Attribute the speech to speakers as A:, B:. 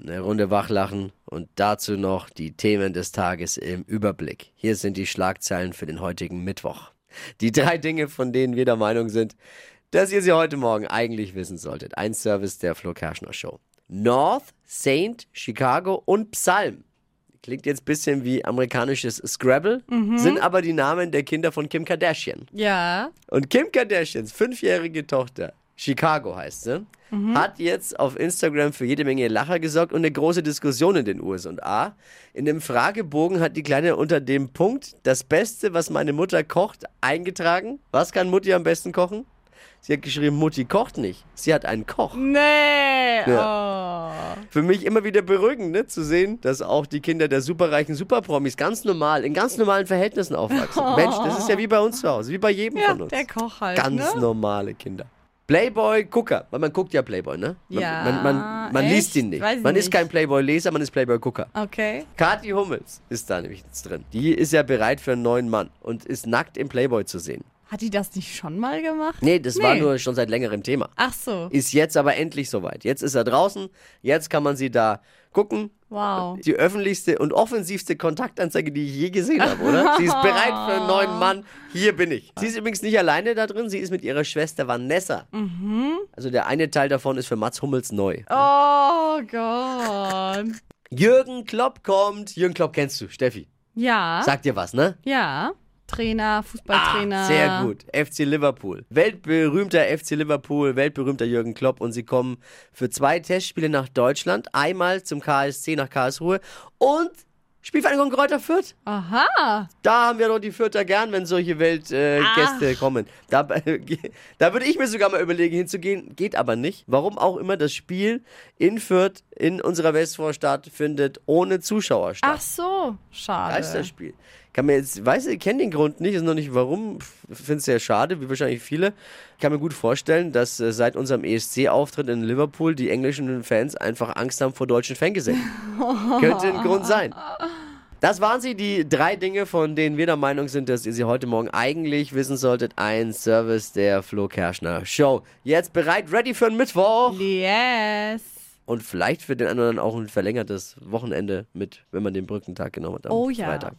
A: eine Runde wachlachen und dazu noch die Themen des Tages im Überblick. Hier sind die Schlagzeilen für den heutigen Mittwoch. Die drei Dinge, von denen wir der Meinung sind, dass ihr sie heute Morgen eigentlich wissen solltet. Ein Service der Flo Kerschner Show. North, Saint, Chicago und Psalm. Klingt jetzt ein bisschen wie amerikanisches Scrabble, sind aber die Namen der Kinder von Kim Kardashian.
B: Ja.
A: Und Kim Kardashians fünfjährige Tochter, Chicago heißt sie,
B: Mhm.
A: hat jetzt auf Instagram für jede Menge Lacher gesorgt und eine große Diskussion in den USA. In dem Fragebogen hat die Kleine unter dem Punkt das Beste, was meine Mutter kocht, eingetragen. Was kann Mutti am besten kochen? Sie hat geschrieben, Mutti kocht nicht. Sie hat einen Koch.
B: Nee. Oh.
A: Für mich immer wieder beruhigend, ne, zu sehen, dass auch die Kinder der superreichen Superpromis ganz normal, in ganz normalen Verhältnissen aufwachsen. Mensch, das ist ja wie bei uns zu Hause, wie bei jedem
B: Ja,
A: von uns.
B: der Koch halt.
A: Ganz
B: ne?
A: normale Kinder. Playboy-Gucker, weil man guckt ja Playboy, ne? Man,
B: Ja,
A: man, man, man liest
B: echt?
A: ihn nicht.
B: Weiß ich
A: man ist
B: nicht.
A: kein Playboy-Leser, man ist Playboy-Gucker.
B: Okay.
A: Kathi Hummels ist da nämlich jetzt drin. Die ist ja bereit für einen neuen Mann und ist nackt im Playboy zu sehen.
B: Hat die das nicht schon mal gemacht?
A: Nee, das war
B: Nee.
A: nur schon seit längerem Thema.
B: Ach so.
A: Ist jetzt aber endlich soweit. Jetzt ist er draußen, jetzt kann man sie da gucken.
B: Wow.
A: Die öffentlichste und offensivste Kontaktanzeige, die ich je gesehen habe, oder? Sie ist bereit für einen neuen Mann. Hier bin ich. Sie ist übrigens nicht alleine da drin, sie ist mit ihrer Schwester Vanessa. Also der eine Teil davon ist für Mats Hummels neu.
B: Oh Gott.
A: Jürgen Klopp kommt. Jürgen Klopp kennst du, Steffi.
B: Ja.
A: Sagt dir was, ne?
B: Ja. Trainer, Fußballtrainer.
A: Ah, Sehr gut. FC Liverpool. Weltberühmter FC Liverpool, weltberühmter Jürgen Klopp und sie kommen für zwei Testspiele nach Deutschland, einmal zum KSC nach Karlsruhe und Spielvereinigung Kräuter Fürth.
B: Aha.
A: Da haben wir doch die Fürther gern, wenn solche Weltgäste äh,
B: Ach.
A: Gäste kommen. Da, da würde ich mir sogar mal überlegen, hinzugehen. Geht aber nicht. Warum auch immer das Spiel in Fürth in unserer Westvorstadt findet ohne Zuschauer
B: Ach
A: statt.
B: so. Schade.
A: Geisterspiel. Kann mir jetzt, weiß ich, kenne den Grund nicht, ist noch nicht warum. Finde es sehr schade, wie wahrscheinlich viele. Kann mir gut vorstellen, dass äh, seit unserem ESC-Auftritt in Liverpool die englischen Fans einfach Angst haben vor deutschen Fangesängen. Könnte ein Grund sein. Das waren sie, die drei Dinge, von denen wir der Meinung sind, dass ihr sie heute Morgen eigentlich wissen solltet. Ein Service der Flo Kerschner Show. Jetzt bereit, ready für den Mittwoch.
B: Yes.
A: Und vielleicht für den einen oder anderen auch ein verlängertes Wochenende mit, wenn man den Brückentag genommen hat am
B: Oh ja.
A: Freitag.